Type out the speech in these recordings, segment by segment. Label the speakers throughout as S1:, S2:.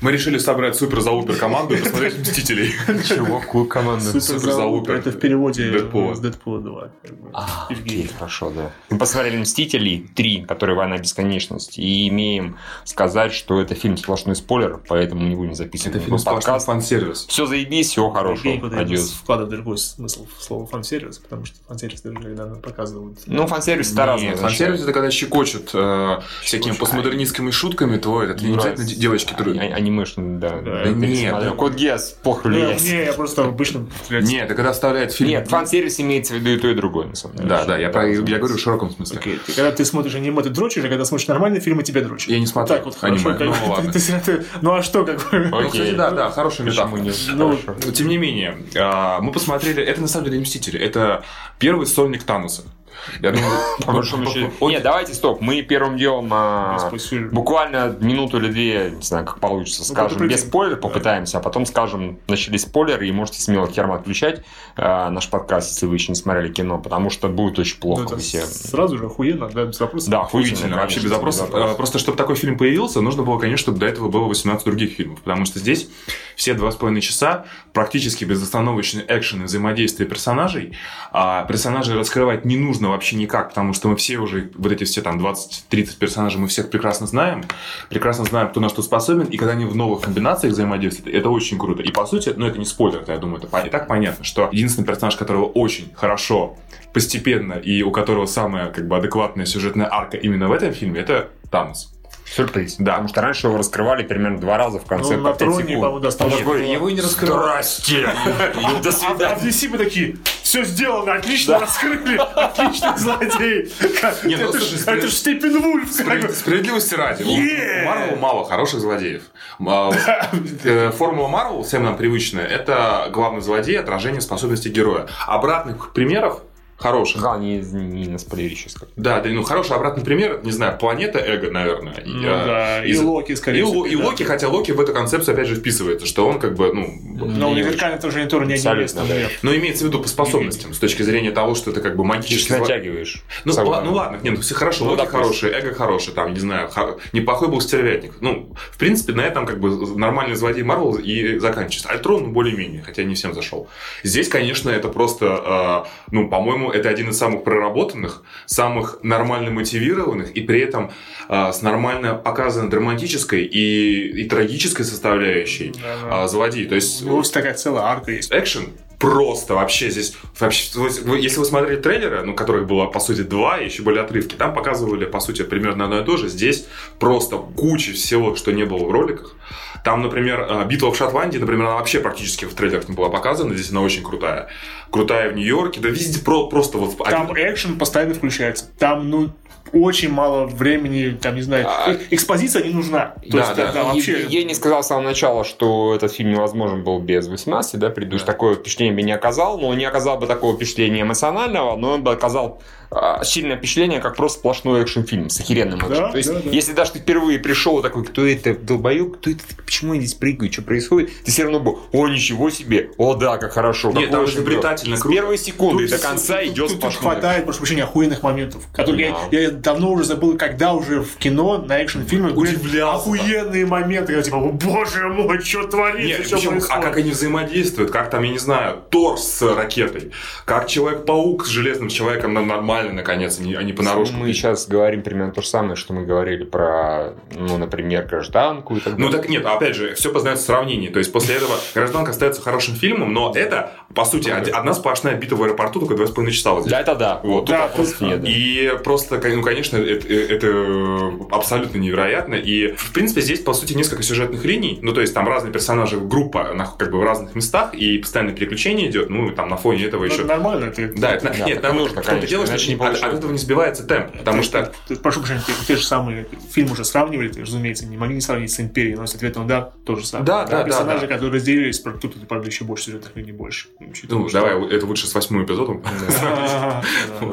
S1: Мы решили собрать супер за Упер команду и посмотреть «Мстителей».
S2: Чего? Какую команду?
S1: Супер за Упер.
S3: Это в переводе
S1: Дэдпула.
S3: с Дэдпула 2. как бы.
S2: А,
S3: Евгений.
S2: окей, хорошо, да. Мы посмотрели «Мстителей 3», который «Война бесконечности», и имеем сказать, что это фильм сплошной спойлер, поэтому не будем записывать
S1: Это фильм
S2: никакой
S1: сплошной
S2: подкаст.
S1: Ну, фан-сервис.
S2: Все заебись, всего
S3: Евгений
S2: хорошего.
S3: пытается
S2: Адьос.
S3: вкладывать другой смысл в слово фан-сервис, потому что фан-сервис даже иногда показывают.
S2: Ну, фан-сервис это разное.
S1: Нет, фан-сервис
S2: значение.
S1: это когда щекочут э, всякими постмодернистскими шутками, то этот не обязательно де- девочки
S2: А-
S1: трудят.
S2: а- Анимешный, да.
S3: Да,
S2: я
S1: нет.
S2: пересмотрел. Код Гиас, похрен
S3: Ну,
S2: есть.
S3: Не, я просто обычно...
S1: Нет, это когда вставляют фильм.
S2: Нет, фан-сервис имеется в виду и то, и другое, на самом деле.
S1: Да, да, я, про- я
S2: разумеется.
S1: говорю в широком смысле.
S3: Окей, ты- когда ты смотришь аниме, ты дрочишь, а когда смотришь нормальные фильмы, тебя дрочат.
S1: Я не смотрю
S3: Так вот, хорошо.
S1: аниме.
S3: как
S1: Ну,
S3: бы,
S1: ладно.
S3: ты- ты- ты- ну а что, как бы...
S1: Ну, кстати,
S2: Окей.
S1: да, да, хорошая
S2: Почему
S1: метафора.
S2: нет?
S3: Ну,
S2: Хорошо.
S1: Но, тем не менее, а, мы посмотрели, это на самом деле не «Мстители», это первый сольник Таноса. Я думаю,
S2: По большому счету. Нет, давайте, стоп. Мы первым делом а,
S3: Господи, Сюр.
S2: буквально минуту или две, не знаю, как получится,
S3: Ну,
S2: скажем без
S3: предупредим.
S2: спойлеров, попытаемся, а потом скажем, начали спойлеры, и можете смело херма отключать а, наш подкаст, если вы еще не смотрели кино, потому что будет очень плохо
S3: Ну, это
S2: все.
S3: Сразу же охуенно, да, без вопросов.
S2: Да,
S1: Удивительно,
S2: охуительно,
S1: вообще без вопросов. Э, Просто, чтобы такой фильм появился, нужно было, конечно, чтобы до этого было 18 других фильмов, потому что здесь все два с половиной часа практически безостановочный экшен и взаимодействие персонажей. А персонажей раскрывать не нужно вообще никак, потому что мы все уже, вот эти все там 20-30 персонажей, мы всех прекрасно знаем, прекрасно знаем, кто на что способен, и когда они в новых комбинациях взаимодействуют, это очень круто. И по сути, ну это не спойлер, это, я думаю, это пон- и так понятно, что единственный персонаж, которого очень хорошо постепенно и у которого самая как бы адекватная сюжетная арка именно в этом фильме, это Танос.
S2: Сюрприз.
S1: Да.
S2: Потому что раньше его раскрывали примерно два раза в конце
S3: Ну, на
S2: по пять
S3: троне, по-моему, ну,
S2: секунд.
S3: достаточно.
S2: Он такой,
S1: Его и не раскрывали.
S2: Здрасте! До
S3: А
S2: свидания.
S3: в DC мы такие, все сделано, отлично раскрыли, отлично злодей. Как-
S1: Не, ну,
S3: Это
S1: слушай,
S3: ж-
S1: справед-
S3: это ж Степен Вульф. как
S1: Справед-
S3: бы.
S1: Справедливости ради. У
S3: Yeah!
S1: Марвел мало хороших злодеев. А, э, Формула Марвел, всем нам привычная, это главный злодей, отражение способностей героя. Обратных примеров хороших.
S2: Да, не, не, не спойлери сейчас как.
S1: Да, да, ну хороший обратный пример, не знаю, планета Эго, наверное.
S3: Ну
S1: И, э,
S3: да, и
S1: из-
S3: Локи,
S1: И,
S3: скорее
S1: Ло-
S3: всего.
S1: и
S3: да.
S1: Локи, хотя Локи в эту концепцию опять же вписывается, что он как бы, ну,
S3: Но у
S2: Не
S3: Леверкана тоже не тоже ни один
S2: Абсолютно,
S3: мест там
S2: да.
S3: нет.
S1: но имеется в виду по способностям, с точки зрения того, что это как бы
S2: Ты
S1: магически...
S2: же натягиваешь.
S1: Ну,
S2: Сам-
S1: ла- ну ладно, нет, ну все хорошо,
S2: Ну,
S1: логи
S2: допустим.
S1: хорошие, эго хорошее, там, не знаю, хо- неплохой был стервятник. Ну, в принципе, на этом как бы нормальный злодей Марвел и заканчивается. Альтрон, ну, более-менее, хотя не всем зашел. Здесь, конечно, это просто, э, ну, по-моему, это один из самых проработанных, самых нормально мотивированных и при этом э, с нормально показанной драматической и, и трагической составляющей
S3: Да-да.
S1: э, злодей. То есть
S3: У него Ну, такая целая арка есть.
S1: экшен просто вообще здесь вообще вот вы- если вы смотрели трейлеры, ну которых было по сути два, и еще были отрывки, там показывали по сути примерно одно и то же. Здесь просто куча всего, что не было в роликах. Там, например, э, битва в Шотландии, например, она вообще практически в трейлерах не была показана. Здесь она очень крутая, крутая в Нью-Йорке, да везде про просто вот
S3: Там
S1: один-
S3: экшен постоянно включается. Там, ну, очень мало времени, там, не знаю,
S1: А-
S3: э- экспозиция не нужна. То
S1: Да,
S3: есть,
S1: да.
S3: да, вообще...
S2: Я не сказал с самого начала, что этот фильм невозможен был без 18, да, предыдущий
S1: Да.
S2: такое впечатление бы не оказал, но он не оказал бы такого впечатления эмоционального, но он бы оказал а, сильное впечатление, как просто сплошной экшн-фильм с охеренным
S3: Да,
S2: экшн. То есть,
S3: да, да.
S2: если даже ты впервые пришел и такой, кто это, долбоёб, кто это, почему я здесь прыгаю, что происходит, ты все равно был, о, ничего себе, о, да, как хорошо.
S1: Нет,
S2: какое
S1: там
S2: же
S1: изобретательно
S2: дело». С
S1: круто.
S2: первой секунды
S3: Тут
S2: до
S3: с-
S2: конца
S3: тут-
S2: идет
S3: тут
S2: сплошной экшн.
S3: хватает, прошу прощения, охуенных моментов, которые
S2: Да.
S3: я, я давно уже забыл, когда уже в кино на экшн-фильмах были
S1: Удивлялся.
S3: охуенные моменты, когда типа, «О, боже мой, что творится,
S1: Нет,
S3: что
S1: причем, а
S3: происходит?»
S1: как они взаимодействуют, как там, я не знаю, Тор с ракетой, как Человек-паук с Железным Человеком нам нормально, наконец, а они, они понарошку.
S2: Мы сейчас говорим примерно то же самое, что мы говорили про, ну, например, гражданку и так далее.
S1: Ну так нет, опять же, все познается в сравнении. То есть после этого гражданка остается хорошим фильмом, но это, по сути, од- одна сплошная битва в аэропорту, только два с половиной часа вот здесь.
S2: Да, это да.
S1: Вот,
S2: Вот,
S3: да,
S2: тут вопросов
S3: тут-
S2: нет. да.
S1: И просто, кон- ну, конечно, это, это абсолютно невероятно. И, в принципе, здесь, по сути, несколько сюжетных линий. Ну, то есть, там разные персонажи, группа, нах- как бы в разных местах, и постоянное переключение идет. Ну, и там на фоне этого
S3: Ну,
S1: еще...
S3: это нормально, это...
S1: Да, это,
S2: Да,
S1: нет,
S2: так
S1: там
S2: и
S1: вот
S2: нужно,
S1: в том-то
S2: конечно,
S1: дело, что
S2: иначе не
S1: от,
S2: получилось.
S1: от этого не сбивается темп, потому
S3: Ты-
S1: что...
S3: ты- Прошу прощения, те, те же самые фильмы уже сравнивали, ты, разумеется, не могли не сравнить с «Империей», но с ответом «да» то же самое.
S1: Да, да, да, да.
S3: Персонажи, которые разделились, про- тут, правда, еще больше сюжетных линий больше.
S1: Ну, давай, это лучше с восьмым эпизодом.
S3: Да, да, да.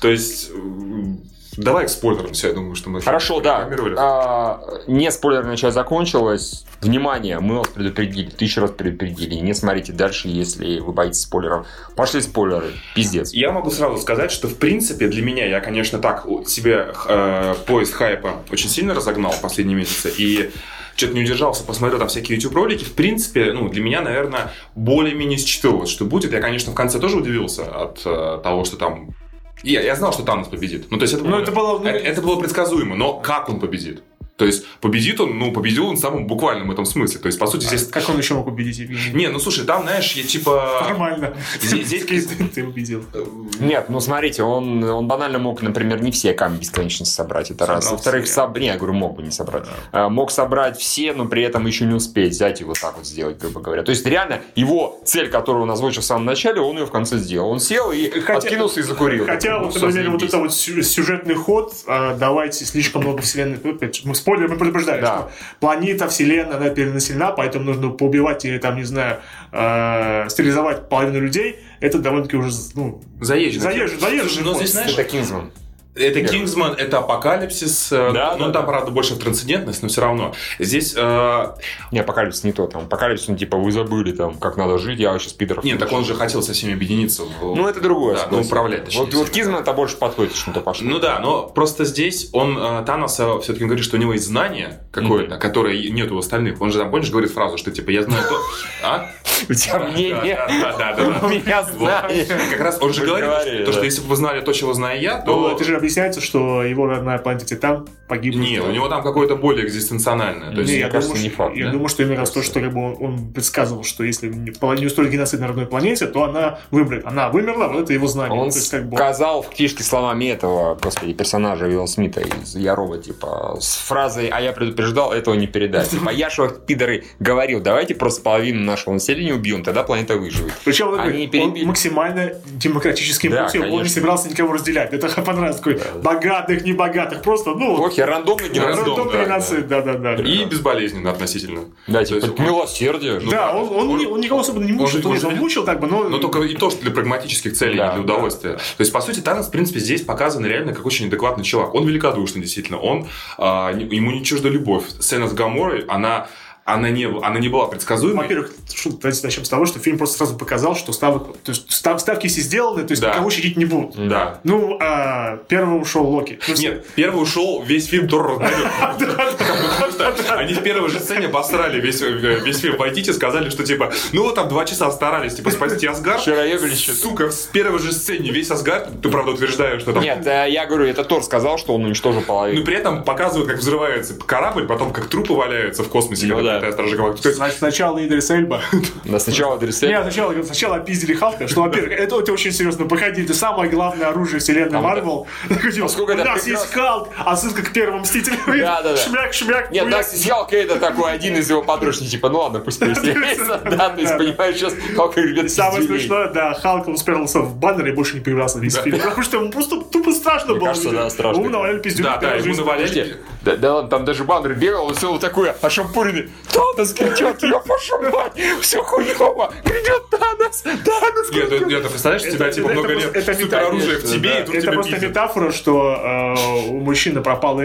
S1: То есть, м, Давай к спойлерам все, я думаю, что мы...
S2: Хорошо, да.
S1: рекламировали.
S2: А, не спойлерная часть закончилась. Внимание, мы вас предупредили, тысячу раз предупредили. Не смотрите дальше, если вы боитесь спойлеров. Пошли спойлеры, пиздец.
S1: Я могу сразу сказать, что в принципе для меня, я, конечно, так у- себе э, поезд хайпа очень сильно разогнал в последние месяцы и что-то не удержался, посмотрел там всякие YouTube ролики. В принципе, ну, для меня, наверное, более-менее считывалось, что будет. Я, конечно, в конце тоже удивился от э, того, что там... Я, я знал, что Танос победит. Ну, то есть это,
S3: Ну, это было, ну,
S1: э- это было предсказуемо, но как он победит? То есть победит он, ну, победил он в самом буквальном этом смысле. То есть, по сути, здесь...
S3: Как он еще мог убедить Евгения?
S1: э, Не, ну, слушай, там, знаешь, я типа...
S3: Нормально.
S1: Здесь, здесь какие-то-
S3: Ты убедил.
S1: Э,
S2: Нет, ну смотрите, он, он банально мог, например, не все камни бесконечности собрать, это раз.
S1: Собрал
S2: Во-вторых,
S1: все.
S2: соб... не, я говорю, мог бы не собрать. А, Мог собрать все, но при этом еще не успеть взять и вот так вот сделать, грубо говоря. То есть реально его цель, которую он озвучил в самом начале, он ее в конце сделал. Он сел и
S3: Хотя-
S2: откинулся и закурил.
S3: Хотя,
S2: Ну,
S3: вот,
S2: всё,
S3: например, вот
S2: заебись.
S3: это вот сю- сюжетный ход, а, давайте слишком много вселенной. Ну, опять же, Мы спойлер, мы предупреждали,
S2: Да.
S3: что планета, вселенная, она перенаселена, поэтому нужно поубивать или там, не знаю, э, стерилизовать половину людей. Это довольно-таки уже, ну,
S1: Заезженный.
S3: Заезженный, заезженный
S1: Слушай, Но
S3: ход.
S1: здесь, знаешь,
S2: Это Кингсман.
S1: Это
S2: Первый.
S1: Кингсман, это Апокалипсис, э,
S2: Да,
S1: ну там,
S2: да, да.
S1: правда, больше в трансцендентность, но все равно. Здесь, э,
S2: Не, Апокалипсис не то там. Апокалипсис, он типа, вы забыли там, как надо жить, я сейчас пидоров.
S1: нет, так он же хотел со всеми объединиться. в-
S2: Ну, это другое.
S1: Да,
S2: согласен.
S1: ну, управлять, точнее,
S2: Вот, вот
S1: всеми,
S2: Кингсман это больше подходит, что-то пошло.
S1: Ну да, но просто здесь он, э, Таноса все-таки говорит, что у него есть знание какое-то, которое нет у остальных. Он же там, помнишь, говорит фразу, что типа, я знаю то... А?
S2: У тебя
S1: Да,
S2: мнение.
S1: да, да, да,
S2: У
S1: да.
S2: меня
S1: Вот.
S2: знание.
S1: Как раз он же
S2: Вы
S1: говорит,
S2: говорили,
S1: то, что
S2: да.
S1: если бы вы знали то, чего знаю я,
S3: ну,
S1: то...
S3: это же объясняется, что его родная планета Титан погибла.
S1: Нет, у него там какое-то более экзистенциональное. То
S2: Не,
S1: есть,
S2: мне
S3: я,
S2: кажется,
S3: думаю,
S2: не
S3: что-
S2: факт,
S3: я
S2: да?
S3: думаю, что именно раз то, что как бы он, он предсказывал, что если не пол- не устроить геноцид на родной планете, то она вымрет. Она вымерла, вот это его знание.
S2: Он
S3: То есть, как бы,
S2: сказал в книжке словами этого, господи, персонажа Уилла Смита из Ярова, типа, с фразой «А я предупреждал, этого не передать». Типа, я ж вам, пидоры, говорил, давайте просто половину нашего населения убьем, тогда планета выживет.
S3: Причем он,
S2: Они
S3: такой, он
S2: перебили.
S3: максимально демократическим
S2: Да,
S3: путем. Он не
S2: конечно.
S3: собирался никого разделять. Это понравилось. Такой богатых, небогатых. Просто, ну, вот,
S2: Плохи, рандомный
S1: Рандом,
S2: геноцид.
S3: рандомный
S1: да,
S3: геноцид. Да-да-да.
S1: и
S3: Да.
S1: безболезненно относительно.
S2: Да,
S1: То
S2: типа,
S1: есть-
S2: милосердие. же.
S3: Да,
S1: да,
S3: он, он,
S1: он-
S3: не- он никого особо не мучил.
S1: же-
S3: Он,
S1: он же-
S3: он мучил так бы, но...
S1: Но только и то, что для прагматических целей,
S2: Да,
S1: не для удовольствия. То есть, по сути, Танос, в принципе, здесь показан реально как очень адекватный чувак. Он великодушный, действительно. Он, а, не- ему не чужда любовь. Сцена с Гаморой, она, она, не, бу- она не была предсказуемой.
S3: Во-первых, что- давайте начнем с того, что фильм просто сразу показал, что ставок, то есть став- ставки все сделаны, то есть
S1: Да.
S3: никого щадить не будут.
S1: Да.
S3: Ну, а, первым ушел Локи. Ну,
S1: Нет, первый ушел весь фильм Тор Потому что Они в первой же сцене обосрали весь, э, весь фильм Войдите, сказали, что типа, ну вот там два часа старались, типа, спасти Асгард.
S2: Вчера ехали еще.
S1: Сука, в первой же сцене весь Асгард, ты правда утверждаешь, что там
S2: Нет, э, я говорю, это Тор сказал, что он уничтожил
S1: Но
S2: половину.
S1: при этом показывают, как взрывается корабль, потом как трупы валяются в космосе,
S2: Ну
S1: когда
S2: да.
S1: прилетает Стражи Галактики. То есть,
S3: Значит, сначала Идрис Эльба.
S2: Да, сначала Дрессель.
S3: Нет, сначала, сначала опиздили Халка, что, во-первых, это, это очень серьезно. Походили, это самое главное оружие вселенной
S2: Там, да.
S3: Марвел. Такой, типа,
S2: Поскольку
S3: У
S2: это
S3: нас есть Халк, отсылка к первому Мстителю.
S2: Да-да-да.
S3: Шмяк, шмяк,
S2: Нет,
S3: хуяк.
S2: Дарси Сиалка это такой один из его подружек, типа, ну ладно, пусть поясняется. Да, то есть, понимаешь, сейчас Халка ребят
S3: Самое
S2: пиздюлей.
S3: смешное, да, Халк он спрятался в баннере и больше не появлялся на весь фильм. Потому что ему просто тупо страшно
S2: Мне
S3: было.
S2: кажется, да, страшно.
S3: Ему наваляли пиздюлей
S1: да, да,
S3: первой
S1: ему
S3: жизни.
S1: наваляли.
S2: Подожди. Да, да ладно, там даже баннер бегал, он все вот такое, а ошампуренный. Танос грядет, я пошел, мать, все хуево, грядет Танос, Танос
S1: Нет,
S2: грядет.
S1: это, это, представляешь, у тебя
S3: Это-
S1: типа
S3: это
S1: много
S3: просто-
S1: лет
S3: это
S1: супероружия в
S2: метафизика,
S1: тебе,
S2: да.
S1: и тут
S3: Это
S1: тебя
S3: просто
S1: пиздят.
S3: метафора, что э, у мужчины пропала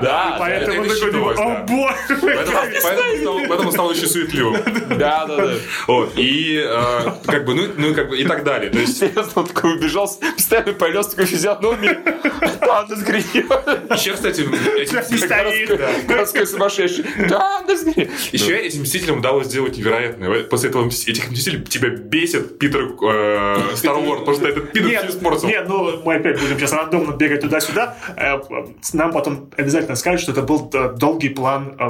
S1: Да, да,
S2: И
S1: да, это-
S3: Поэтому он
S1: это
S3: такой, думал,
S1: считалось,
S3: о
S1: да. Поэтому,
S3: боже.
S1: поэтому стал- поэтому стал очень суетливым.
S2: Да, да, да.
S1: Вот, и э, как бы, ну, ну, как бы, и так далее. То есть,
S2: Серьезно, он такой убежал, постоянно полез такой физиономии. Танос грядет.
S1: еще, кстати, этим-
S3: Не старик, да.
S2: Городской сумасшедший. Танос грядет.
S1: еще этим мстителям удалось сделать невероятное. Вот После этого мс- этих мстителей тебя бесит Питер э, Стар Уорд, потому что этот Питер все
S3: Нет,
S1: испортил.
S3: нет, ну мы опять будем сейчас рандомно бегать туда-сюда. Э, Нам потом обязательно скажут, что это был э, долгий план э,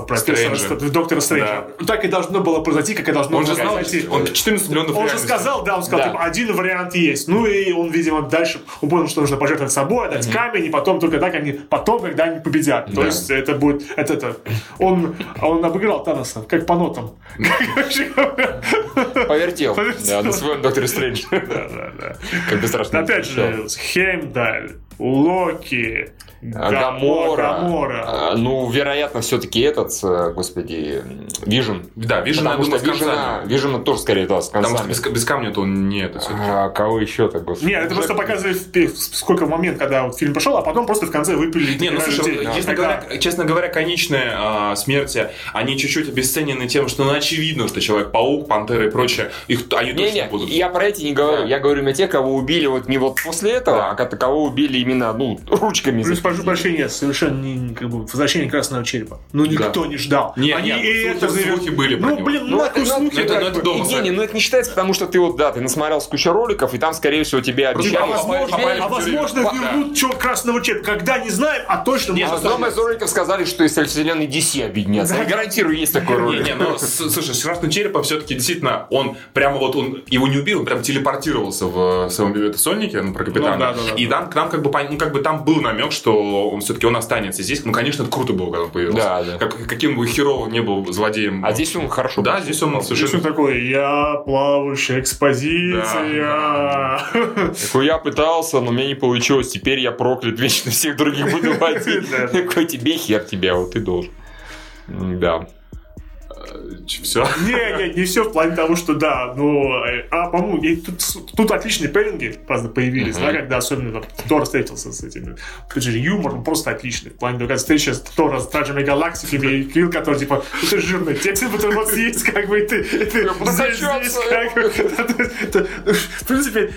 S1: Стрэнджа.
S3: профессора Ст- доктора Стрэнджа. Так и должно было произойти, как и должно
S1: Он же
S3: было
S1: знал,
S3: произойти.
S1: он 14 миллионов
S3: Он же
S1: реальностей.
S3: сказал, да, он сказал,
S2: Да.
S3: типа, один вариант есть. Ну и он, видимо, дальше он понял, что нужно пожертвовать собой, отдать камень, и потом только так они, потом, когда они победят. То
S1: Да.
S3: есть это будет, это, это он, он обыграл Таноса, как по нотам. Как вообще.
S2: Повертел.
S3: Повертел.
S2: Да, на своем докторе Стрэндж.
S3: Да, да, да.
S2: Как бы страшно. не
S3: Опять
S2: звучало.
S3: же, Хеймдаль, Локи,
S2: А, Гамора.
S3: Гамора.
S2: А, Ну, вероятно, все-таки этот, э, господи, Вижен.
S1: Да, Vision, я
S2: Потому что
S1: думаю, с
S2: Вижена,
S1: концами.
S2: Вижена тоже скорее да, с
S1: Потому что
S2: концами.
S1: без, без камня-то он не это всё-таки.
S2: А кого еще-то, господи? Ну,
S3: Нет, это просто
S2: Джек-
S3: показывает, в пе- в сколько в момент, когда вот фильм пошел, а потом просто в конце выпили.
S1: Не, ну
S3: играли
S1: слушай,
S3: людей.
S1: честно,
S3: Тогда-
S1: говоря, честно говоря, конечные а, смерти, они чуть-чуть обесценены тем, что ну, очевидно, что Человек-паук, Пантера и прочее, их они точно
S2: Не-не,
S1: будут.
S2: я про эти не говорю.
S1: Да.
S2: Я говорю именно тех, кого убили вот не вот после этого,
S1: Да.
S2: а как- кого убили именно, ну, ручками.
S3: Плюс,
S2: за-
S3: прошу прощения, совершенно не, не- как бы, возвращение красного черепа. Ну, никто не ждал.
S1: Не,
S3: Они
S1: не,
S3: и
S1: слухи-
S3: это завер-
S1: слухи были про
S3: Ну,
S1: него.
S3: блин,
S2: Ну,
S3: ну, это
S2: это- ну,
S3: слухи
S1: это-
S3: как
S1: ну, это
S3: бы.
S1: дом.
S2: И не, не, ну это не считается, потому что ты вот, да, ты насмотрел кучу роликов, и там, скорее всего, тебе
S1: Просто
S2: обещали.
S1: попал- попали- попали
S3: А
S1: в тюрьму.
S3: возможно,
S1: Да.
S3: вернут чё, красного черепа. Когда, не знаем, а точно
S1: Не,
S2: А в
S1: ну,
S3: может.
S2: одном из роликов сказали, что из вселенной DC объединятся.
S3: Да.
S2: Я гарантирую, есть такой
S1: Не,
S2: ролик.
S1: не, ну, с- слушай, Красный Черепа все-таки действительно, он прямо вот, он его не убил, он прям телепортировался в э, своем билете Сольнике, ну, про капитана.
S3: Ну, да, да, да.
S1: и там, к нам как бы, пон- ну, как бы там был намек, что он все-таки он останется здесь. Ну, конечно, это круто было, когда он появился.
S2: Да, да.
S1: Как- каким бы херовым не был злодеем.
S2: А здесь он хорошо.
S1: Да, здесь он
S3: Что
S1: совершенно...
S3: такое? Я плавающая экспозиция.
S2: Такой, я пытался, но у меня не получилось. Теперь я проклят, вечно всех других буду водить.
S3: Да.
S2: Такой тебе хер тебя, вот ты должен. Да.
S1: Все.
S3: Не, не, не все в плане того, что да, но... э, А, по-моему, и тут, с- тут отличные пэринги правда, появились,
S2: Мгм.
S3: да, когда особенно там Тор встретился с этим. Тут же юмор ну, просто отличный. В плане того, когда встреча с Тора с Траджами Галактиками и Кирилл, который типа, ты жирный, тебе вот ты вот съесть, как бы, и ты, и ты здесь, здесь, как бы. Это- ну, В принципе,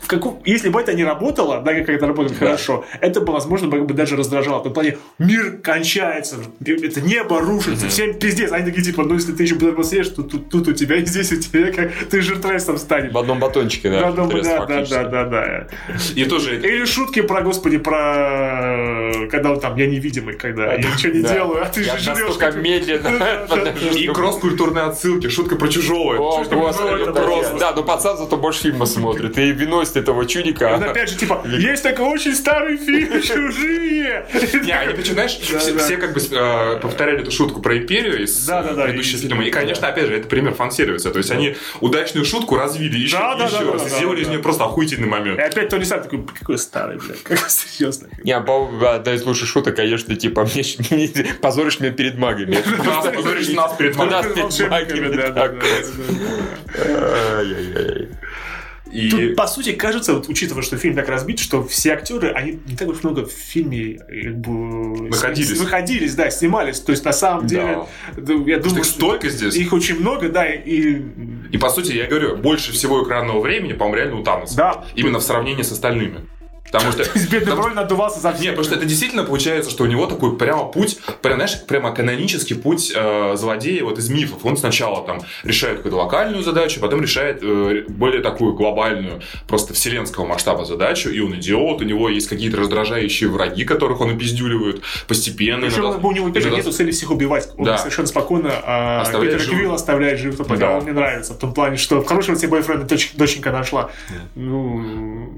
S3: в каком- если бы это не работало, да, как это работает хорошо, это бы, возможно, бы как бы даже раздражало. В том плане, мир кончается, это небо рушится, всем пиздец. Они такие, типа, ну, если ты еще бутерброд съешь, то тут, тут у тебя и здесь у тебя, как ты жиртрестом станешь.
S2: В одном батончике, да.
S3: Да, да,
S2: тресс
S3: да, да,
S2: фактически.
S3: да, да, да.
S1: И тоже это-
S3: Или шутки про, господи, про... Когда он там, я невидимый, когда я ничего не
S2: Да.
S3: делаю, а ты
S2: Я
S3: же жрешь.
S2: настолько медленно.
S1: И кросс-культурные отсылки, шутка про чужого.
S2: О,
S1: Чё ж ты
S2: господи,
S1: про чужого?
S2: это
S1: Это
S2: просто. Да, ну пацан зато больше фильма смотрит. И виносит этого
S3: Он
S2: чудика.
S3: опять же, типа, есть такой очень старый фильм «Чужие».
S1: Не, они причем, знаешь,
S3: Да,
S1: все,
S3: да.
S1: все как бы э, повторяли эту шутку про империю из
S3: Да, да, да,
S1: предыдущего
S3: и-
S1: фильма. И, конечно, опять же, это пример фан-сервиса. То есть они удачную шутку развили еще,
S3: Да, да,
S1: еще
S3: да, да,
S1: раз.
S3: да,
S1: и сделали
S3: да. Э,
S1: из нее просто охуительный момент.
S3: И опять Тони Старк такой, какой старый, блядь, как серьезно.
S2: Не, а по-моему, одна из лучших шуток, конечно, типа, мне ж- мне- позоришь меня перед магами.
S1: Нас, позоришь нас перед вами.
S2: Да. волшебниками,
S3: Да, да, да, да.
S2: Ай-яй-яй.
S1: И
S3: Тут, по сути, кажется, вот, учитывая, что фильм так разбит, что все актеры, они не так уж много в фильме как бы,
S1: Находились.
S3: с- находились, да, снимались. То есть, на самом деле, да,
S1: Потому что
S3: я думаю,
S1: их
S3: что
S1: столько здесь. И...
S3: их очень много, да, и...
S1: по сути, я говорю, больше всего экранного времени, по-моему, реально у Таноса.
S3: Да.
S1: Именно в сравнении с остальными. Потому что...
S3: Бедный
S1: потому
S3: Броль надувался за
S1: Нет,
S3: всех.
S1: потому что это действительно получается, что у него такой прямо путь, прям, знаешь, прямо канонический путь э, злодея вот из мифов. Он сначала там решает какую-то локальную задачу, потом решает э, более такую глобальную, просто вселенского масштаба задачу, и он идиот, у него есть какие-то раздражающие враги, которых он обездюливает постепенно.
S3: Причем
S1: иногда-
S3: у него опять же
S1: иногда-
S3: нету цели всех убивать. Он
S1: Да.
S3: совершенно спокойно а,
S1: Оставляет
S3: Питера
S1: живым.
S3: Квилла оставляет жив, пока
S1: Да.
S3: он мне нравится. В том плане, что в хорошем себе бойфренда доч- доченька нашла. Ну,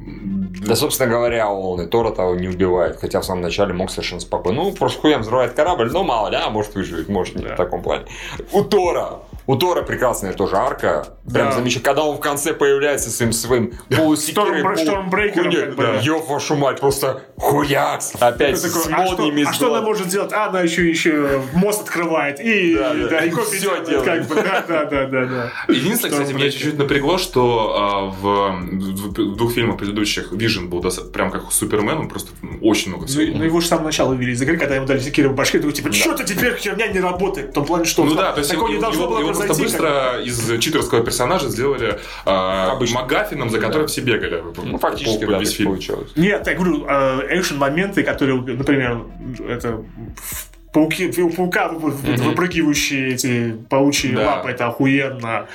S2: Да, собственно говоря, он и Тора того не убивает, хотя в самом начале мог совершенно спокойно. Ну, просто хуям взрывает корабль, но мало ли, а может выживет, может нет,
S3: Да.
S2: в таком плане. У Тора, у Тора прекрасная тоже арка, прям
S3: Да.
S2: замечательно. Когда он в конце появляется своим своим полусекирой,
S3: Штормбр-
S2: полу-
S3: штормбрейкером,
S2: хуйней,
S3: как бы, да.
S2: ёб вашу мать, просто хуякс, опять
S3: такой,
S2: с
S3: а, что,
S2: молниями.
S3: а
S2: с
S3: что она
S2: головы.
S3: может сделать? А, она еще, еще мост открывает. И,
S2: Да,
S3: да,
S2: да.
S3: и кофе
S2: Всё
S3: делает,
S2: делает.
S3: Как бы. Да, да, да, да, да.
S1: Единственное,
S3: Что
S1: кстати, меня
S3: брейкер.
S1: чуть-чуть напрягло, что а, в, в- в двух фильмах предыдущих Вижен был доста- прям как Супермен, он просто м, очень много
S3: Ну, и-
S1: всего.
S3: ну, его же с самого начала вывели из игры, когда ему дали секиры в башке, такой, типа, что ты теперь херня не работает? В том плане, что
S1: Ну
S3: он-
S1: да, то есть его,
S3: такое не
S1: его-
S3: должно
S1: его-
S3: было
S1: его просто
S3: произойти, как бы.
S1: быстро из читерского персонажа сделали а,
S2: Обычно.
S1: Макгаффином, за который все бегали.
S2: Ну, фактически,
S1: По-
S2: да,
S1: весь
S2: так
S1: фильм.
S2: получилось.
S3: Нет, я говорю, э, экшн-моменты, которые, например, это в Пауки, у паука вы- вы- выпрыгивающие эти паучьи
S1: Да.
S3: лапы, это охуенно.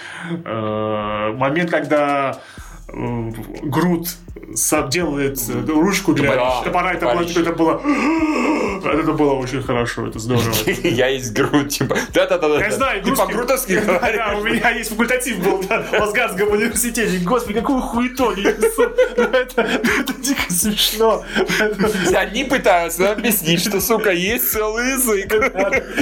S3: Э, момент, когда э, Грут сам делает э, ручку для
S2: Топорищ.
S3: топора, это было,
S2: Топорище.
S3: это было Это было очень хорошо, это здорово.
S2: Я есть грудь, типа. Да-да-да.
S3: Я знаю,
S2: Ты
S3: грузки-
S2: по-грудовски типа говоришь?
S3: Да, у меня есть факультатив был да, в Асгардском университете. Господи, какую хуету они несут. Ну, Это это дико смешно.
S2: Они пытаются нам объяснить, что, сука, есть целый язык.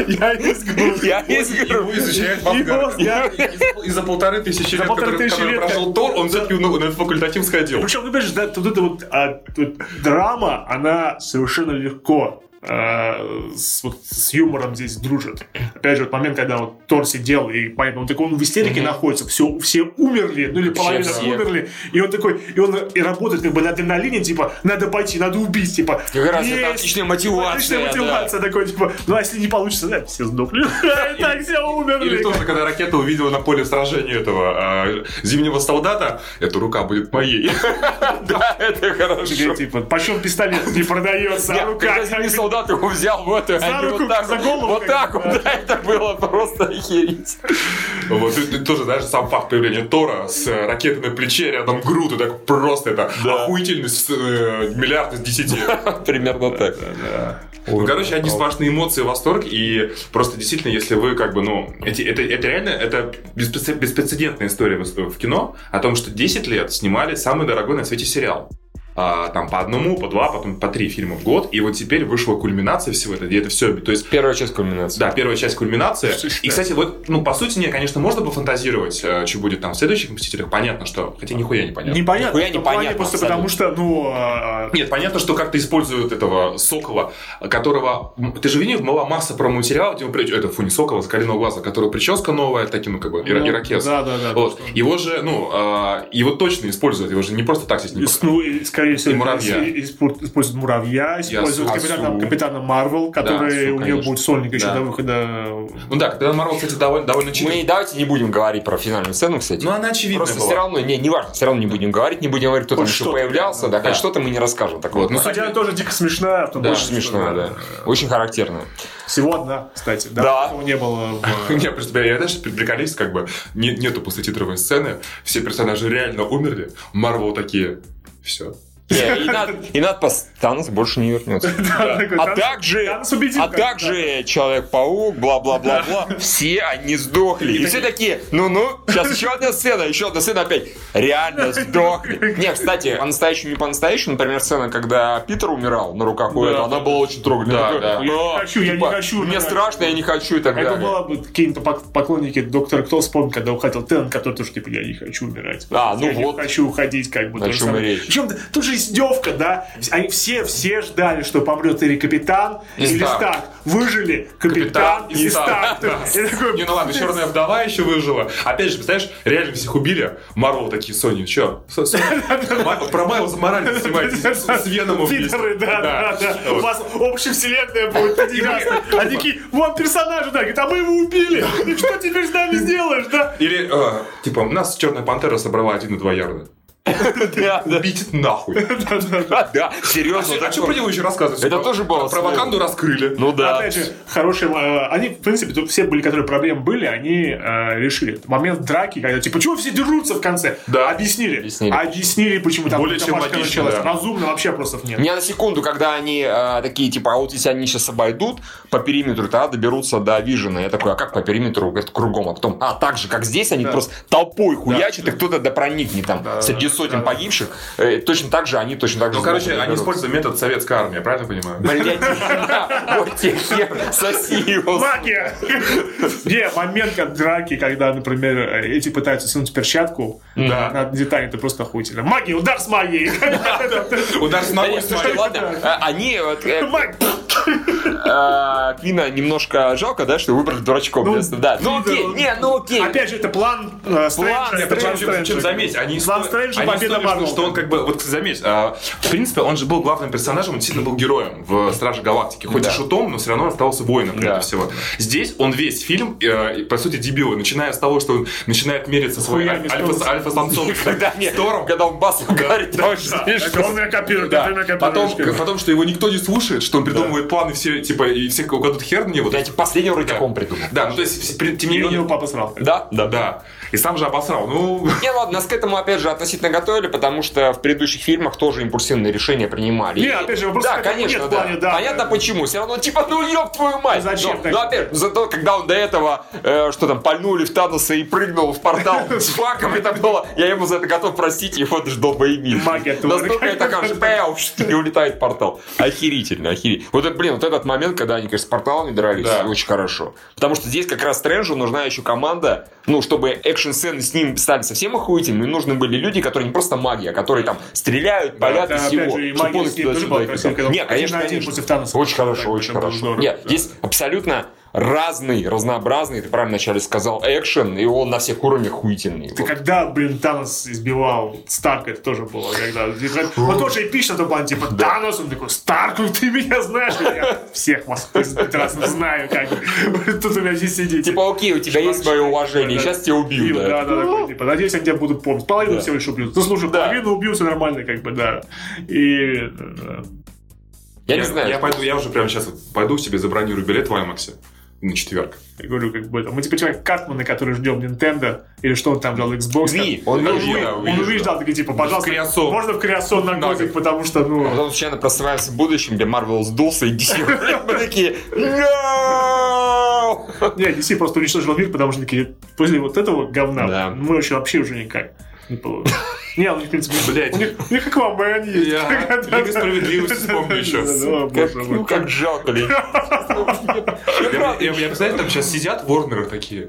S3: Я из Грузии.
S2: Я есть
S1: Его
S2: грудь.
S1: изучают в
S3: Его,
S1: Афгане.
S3: да.
S1: И- И за полторы тысячи лет,
S3: полторы
S1: которые
S3: тысячи
S1: которые
S3: лет,
S1: прошел Тор, он все-таки на на этот факультатив сходил.
S3: Причем, ты понимаешь, да, тут эта вот, а, тут драма, она совершенно легко а, с, вот с юмором здесь дружит. Опять же, вот момент, когда вот Тор сидел, и поэтому он такой, он в истерике
S2: Мгм.
S3: находится, все, все умерли, ну или половина
S2: все.
S3: умерли, и он такой, и он и работает как бы на адреналине, типа, надо пойти, надо убить, типа.
S2: Как раз это
S3: есть,
S2: отличная мотивация,
S3: Отличная
S2: да.
S3: мотивация, такой, типа, ну а если не получится, да, все сдохли, И так все
S1: Или
S3: умерли.
S1: тоже, когда ракета увидела на поле сражения этого э, зимнего солдата, эта рука будет моей.
S2: Да, это хорошо.
S3: Типа, почем пистолет не продается, а
S2: Я,
S3: рука
S2: когда
S3: как
S2: зимний солдат его взял в это, они
S3: руку,
S2: вот так
S3: за
S2: вот,
S3: голову
S2: вот
S3: как
S2: так
S3: бы,
S2: вот, да, это было просто охерить.
S1: Вот, и- и тоже, знаешь, сам факт появления Тора с э, ракетой на плече, рядом Грут, и так просто это охуительность э, миллиард из десяти.
S2: Примерно так.
S1: Ну, короче, одни сплошные эмоции, восторг, и просто действительно, если вы как бы, ну, эти, это, это реально, это беспрец- беспрецедентная история в, в кино о том, что 10 лет снимали самый дорогой на свете сериал. А, там по одному, по два, потом по три фильма в год, и вот теперь вышла кульминация всего этого, и это все, то есть
S2: Первая часть кульминации.
S1: да, первая часть кульминация.
S3: Слушай,
S1: И, кстати, вот, ну, по сути, не, конечно, можно пофантазировать, э, что будет там в следующих «Мстителях», понятно, что... Хотя нихуя не понятно.
S3: Непонятно. типа,
S2: Нихуя
S3: в том
S2: непонятно,
S3: плане Просто
S2: абсолютно.
S3: потому что, ну, а,
S1: Нет, понятно, что как-то используют этого Сокола, которого... м, Ты же видел, была масса промо-материала, где он при- Это, фу, не Сокола, Закаленного глаза, которого прическа новая, таким, ну, как бы, ира-
S3: ну,
S1: ирокез.
S3: Да, да, да.
S1: Вот. Его же, ну, а, его точно используют, его же не просто так здесь не
S3: И с- Ну, и, скорее всего,
S1: И муравья.
S3: и- и испо- используют муравья, используют
S1: Асу.
S3: капитана, капитана Марвел, который
S1: Асу,
S3: у нее
S1: конечно.
S3: будет сольник еще
S1: Да.
S3: до выхода.
S1: Ну да, Капитан Марвел, кстати, довольно, довольно читый.
S2: Мы давайте не будем говорить про финальную сцену, кстати.
S1: Ну, она очевидна
S2: Просто
S1: была.
S2: все равно, не, не важно, все равно не будем говорить, не будем говорить, кто там
S3: Хоть
S2: еще
S3: что-то,
S2: появлялся, да,
S1: да.
S2: хоть что-то мы не расскажем. Так
S1: Вот,
S2: вот,
S1: ну,
S3: Хотя она тоже дико смешная, а то
S1: Да.
S3: больше
S2: очень смешно, да. Очень характерно.
S3: Всего одна, кстати. Да.
S2: Да.
S3: Такого не было.
S1: У меня просто, я, знаешь, приколись, как бы, не- нету послетитровой сцены, все персонажи реально умерли, Марвел такие, все.
S2: Не, И над- и надпись «Танос больше не вернется». А также, а также Человек-паук, бла-бла-бла-бла, все они сдохли. И все такие, ну-ну, сейчас еще одна сцена, еще одна сцена опять. Реально сдохли. Не, кстати, по-настоящему не по-настоящему, например, сцена, когда Питер умирал на руках у
S3: Да.
S2: этого, она была очень трогательной.
S1: Да,
S2: Такой,
S1: да.
S2: «А,
S3: Я не хочу, я не хочу
S2: Мне
S3: умирать».
S2: страшно, я не хочу и так
S3: Это
S2: далее.
S3: было бы какие-то пок- поклонники доктора Кто вспомнил, когда уходил Тен, который тоже типа я не хочу умирать.
S2: А, ну
S3: я не
S2: вот.
S3: хочу уходить, как бы.
S2: О
S3: то же
S2: чем
S3: самое.
S2: речь.
S3: Причем тут же издевка, да? Они все, все ждали, что помрет или капитан,
S2: И
S3: или
S2: Старк.
S3: Старк. Выжили капитан, и Старк. Я такой,
S1: Не, ну ладно, черная вдова еще выжила. Опять же, представляешь, реально всех убили. Марвел такие, Сони, че? Про Майлза Моралеса снимайте. С с Веномом вместе.
S3: Твиттеры, да, да, да. У
S1: Вот.
S3: вас общевселенная будет прекрасно. А такие, вот персонажи, да, говорит, а мы его убили. И что теперь с нами сделаешь, да?
S1: Или, э, типа, у нас черная пантера собрала один и два ярда.
S2: Да, да.
S1: Убить нахуй.
S2: Да, да, серьезно.
S1: А
S2: так
S1: что про него еще рассказывать?
S2: Это тоже было
S1: Про
S2: смешно.
S1: Ваканду раскрыли.
S2: Ну да.
S3: Опять же, хорошие... э, Они, в принципе, тут все были, которые проблемы были, они э, решили. Момент драки, когда, типа, чего все дерутся в конце?
S1: Да.
S3: Объяснили.
S2: Объяснили.
S3: Объяснили, почему там
S1: Более чем
S3: домашка
S1: логично,
S3: началась.
S1: да. ну,
S3: Разумно вообще вопросов нет.
S2: Не на секунду, когда они э, такие, типа, а вот если они сейчас обойдут по периметру, тогда доберутся до Вижена. Я такой, а как по периметру? Говорит, кругом. А потом, а так же, как здесь, они просто толпой хуячат, и кто-то допроникнет там среди сотен погибших. Э, точно так же, они точно так же.
S1: Ну, короче,
S2: сбоку
S1: они
S2: доберутся.
S1: используют метод советской армии, я правильно понимаю?
S2: Блядь, да, вот те хер, соси его.
S3: Магия! Не, момент как драки, когда, например, э, эти пытаются сунуть перчатку
S1: Да.
S3: на детали, это просто охуительно. Магия, удар с магией!
S1: Удар с
S2: Да
S1: ногой
S2: нет, слушай,
S1: смоли.
S2: ладно, а, они, вот, э,
S3: Маг-
S2: э, Квина немножко жалко, да, что выбрали дурачком.
S3: Ну,
S2: вместо- да. Ну,
S3: Питер,
S2: окей,
S3: он-
S2: не, ну, окей.
S3: Опять же, это план э, Стрэнджа.
S1: Нет,
S3: это
S1: причем, чем,
S3: план
S1: чем
S3: Стрэнджа.
S1: заметь, они
S3: План
S1: исто-
S3: Стрэнджа,
S1: они
S3: победа
S1: историю, что-
S3: Марвел.
S1: что он как бы, вот кстати, заметь, а, в принципе, он же был главным персонажем, он действительно был героем в Страже Галактики, хоть
S2: Да.
S1: и шутом, но все равно оставался воином прежде
S2: Да.
S1: всего. Здесь он весь фильм, э, и, по сути, дебил, начиная с того, что он начинает мериться своим
S3: Хуями
S1: аль- альфа,
S3: стал.
S1: альфа-самцом
S2: Когда,
S1: с
S2: нет,
S1: Тором.
S2: когда он басом говорит, да, очень
S3: Это
S2: смешно.
S3: он меня копирует,
S1: Да.
S3: это он меня копирует.
S1: Потом, потом, что его никто не слушает, что он придумывает планы все, типа, и всех, у кладут хер на него.
S2: Я типа последнего рытяком придумал.
S1: Да, ну то есть, при- тем
S3: И
S1: не
S3: он его
S1: менее...
S3: папа срал.
S2: Да, да,
S1: Да. И сам же обосрал. Ну,
S2: Не, ладно, нас к этому, опять же, относительно готовили, потому что в предыдущих фильмах тоже импульсивные решения принимали.
S3: Не,
S2: И-
S3: опять же, вопрос
S2: да,
S3: в этом
S2: конечно,
S3: нет в
S2: да.
S3: плане, да.
S2: Понятно почему. Все равно, типа, ну ёб твою мать.
S3: Зачем
S2: но,
S3: так?
S2: но опять же, зато, когда он до этого, э, что там, пальнули в Таноса и прыгнул в портал с факом, это было, я ему за это готов простить, и вот ты ж долбоебин.
S3: Магия Тора.
S2: Настолько это как же, пяу, и улетает в портал. Охерительно, охерительно. Вот, это, блин, вот этот момент, когда они, конечно, с порталами дрались,
S1: Да.
S2: очень хорошо. Потому что здесь как раз Стрэнджу нужна еще команда, ну, чтобы экшн-сцены с ним стали совсем охуительными, нужны были люди, которые не просто магия, а которые там стреляют, палят
S3: Да,
S2: и всего.
S3: опять же, и
S2: чтобы
S3: магия
S2: он
S3: с ним
S2: туда-сюда
S3: тоже была
S2: их
S3: красивая,
S2: летал.
S3: когда
S2: Не,
S3: он
S2: конечно,
S3: один на один
S2: конечно.
S3: против Таноса.
S2: Очень хорошо,
S3: Так,
S2: очень
S3: это было
S2: хорошо.
S3: здорово,
S2: Нет,
S3: да.
S2: здесь абсолютно разный, разнообразный, ты правильно вначале сказал, экшен, и он на всех уровнях хуительный.
S3: Ты когда, блин, Танос избивал Старка, это тоже было, когда... Он тоже эпично в этом плане, типа, Танос, он такой, Старк, ну ты меня знаешь, я всех вас прекрасно знаю, как бы. тут у меня здесь сидите.
S2: Типа, окей, у тебя есть мое уважение, сейчас тебя убью, да.
S3: Да, да, такой, типа, надеюсь, я тебя буду помнить. Половину
S2: Да.
S3: всего лишь убьют. Ну, слушай, половину убью, все нормально, как бы, да. И... э,
S2: Я, не знаю.
S1: Я пойду, я уже прямо сейчас пойду себе забронирую билет в Аймаксе на четверг.
S3: Я говорю, как бы, это, мы теперь человек Картмана, который ждем Nintendo, или что он там ждал, Xbox.
S2: Wii,
S3: там.
S2: он
S3: Ну,
S2: Wii,
S3: Wii,
S1: да,
S3: он
S1: Wii
S3: Wii ждал, такие, типа, пожалуйста,
S1: креосон.
S3: можно в креосон на
S1: На
S3: годик,
S1: год.
S3: потому что,
S2: А
S3: ну...
S2: Потом случайно просыпаемся в будущем, где Марвел сдулся и DC. блин, Мы такие, «Ноу!»
S3: Не, DC просто уничтожил мир, потому что такие, после вот этого говна,
S2: Да.
S3: мы вообще вообще уже никак не получим. Не, у них, в принципе,
S1: Блядь.
S3: у них, у них Аквамен есть.
S1: Я- Лига справедливости вспомни еще.
S3: Да,
S2: Как-
S3: боже мой.
S2: Ну, как жалко, Лев.
S1: Я, я- я, представляю, там сейчас сидят Ворнеры такие.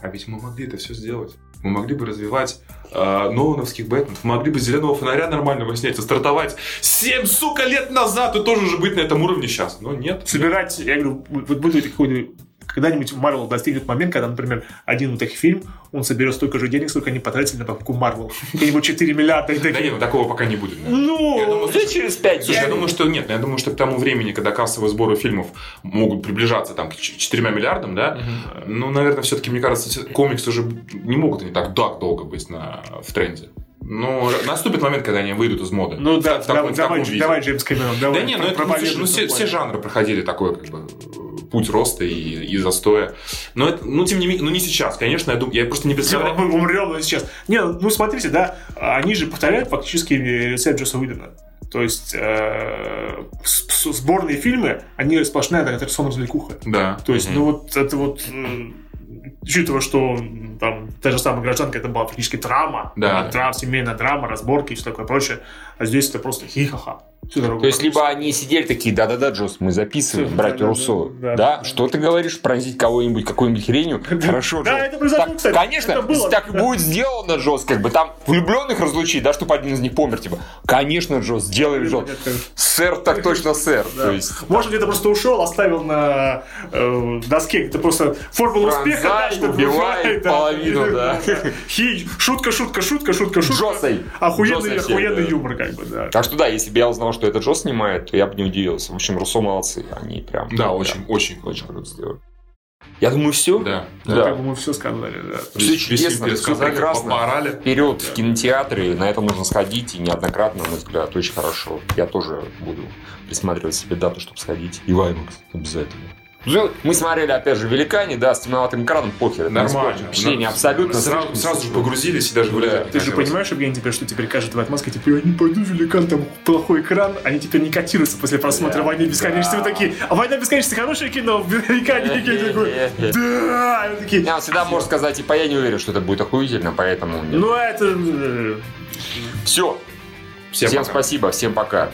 S1: А ведь мы могли это все сделать. Мы могли бы развивать э, Нолановских Бэтменов, мы могли бы зеленого фонаря нормального снять и стартовать 7, сука, лет назад и тоже уже быть на этом уровне сейчас. Но нет.
S3: собирать, я говорю, вот будет какой-нибудь когда-нибудь Марвел достигнет момент, когда, например, один вот их фильм, он соберет столько же денег, сколько они потратили на покупку Марвел. Какие-нибудь 4 миллиарда. и
S1: Да
S3: такие,
S1: нет, такого пока не будет. наверное. Я
S3: Ну,
S1: думаю,
S2: Уже через пять
S1: Слушай, я
S2: дней.
S1: думаю, что нет. Я думаю, что к тому времени, когда кассовые сборы фильмов могут приближаться там, к 4 миллиардам, да, ну, наверное, все-таки, мне кажется, всё- комиксы уже не могут они так, так долго быть на, в тренде. Ну, р- наступит момент, когда они выйдут из моды.
S3: ну
S1: В
S3: да,
S1: та- в таком-
S3: давай,
S1: в таком
S3: давай,
S1: виде.
S3: давай, Джеймс Кэмерон, давай.
S1: Да не, ну, это, ну, слушай, ну, все, все жанры проходили такой, как бы, э, путь роста и, и застоя. Но это, ну, тем не менее, ну, не сейчас, конечно, я думаю, я просто не представляю.
S3: Мы умрем но сейчас. Не, ну смотрите, да, они же повторяют фактически рецепт Джосса Уидона. То есть э, с- с- сборные фильмы, они сплошная такая традиционная развлекуха.
S1: Да.
S3: То есть, ну вот это вот, м, учитывая, что м, там та же самая гражданка, это была практически драма,
S1: Да.
S3: Э, дра- семейная драма, разборки и все такое прочее, а здесь это просто хихаха. Всю дорогу.
S2: То есть, либо они сидели такие, да-да-да, Джос, мы записываем,
S3: Да,
S2: братья
S3: да, да,
S2: Руссо. Да,
S3: да.
S2: А что ты говоришь, пронзить кого-нибудь, какую-нибудь хренью? Хорошо,
S3: Да,
S2: Джос.
S3: это произошло,
S2: Так,
S3: кстати.
S2: Конечно,
S3: Это было.
S2: так и будет сделано, Джос, как бы там влюбленных разлучить, да, чтобы один из них помер, типа. Конечно, Джос, сделай, Джос. Сэр, так точно, сэр. То есть,
S3: Может, где-то просто ушел, оставил на э, доске. Это просто формула
S2: Пронзай,
S3: успеха. да, что
S2: убивай
S3: бывает,
S2: половину, да.
S3: Хи- Шутка, шутка, шутка, шутка, шутка.
S2: Джосой.
S3: Охуенный,
S2: Джосой всех,
S3: охуенный
S2: да.
S3: юмор, как бы, да.
S2: Так а что да, если бы я узнал, что это Джо снимает, то я бы не удивился. В общем, Руссо молодцы, они прям...
S1: Да,
S2: прям
S1: очень, очень.
S2: Очень круто сделали. Я думаю, все.
S1: Да.
S2: Да.
S3: Ну, Как бы мы все сказали, да.
S2: Все
S1: Весь- весь
S2: чудесно,
S1: фильм
S2: все
S1: пересказали,
S2: прекрасно.
S1: поорали.
S2: Вперед в кинотеатры, на это нужно сходить, и неоднократно, на мой взгляд, очень хорошо. Я тоже буду присматривать себе дату, чтобы сходить. И в IMAX обязательно. Ну, Мы смотрели, опять же, «Великане», да, с темноватым экраном, похер. это не
S1: Нормально.
S2: спорт, Впечатление абсолютно...
S1: Сразу, сразу же погрузились и даже гуляли.
S3: Ты же понимаешь, Евгений, теперь, что теперь каждый твой отмазка, типа, я не пойду, великан, там плохой экран, они теперь не котируются после просмотра
S2: Да,
S3: «Войны бесконечности». Вы
S2: да.
S3: такие, а «Война бесконечности» хорошее кино,
S2: Э,
S3: великан, и я такой, да, И вы такие,
S2: Я всегда можно сказать, типа, я не уверен, что это будет охуительно,
S1: Ну,
S2: поэтому...
S3: ну а это... э,
S2: Все,
S1: Всем
S2: всем
S1: пока.
S2: спасибо, всем пока.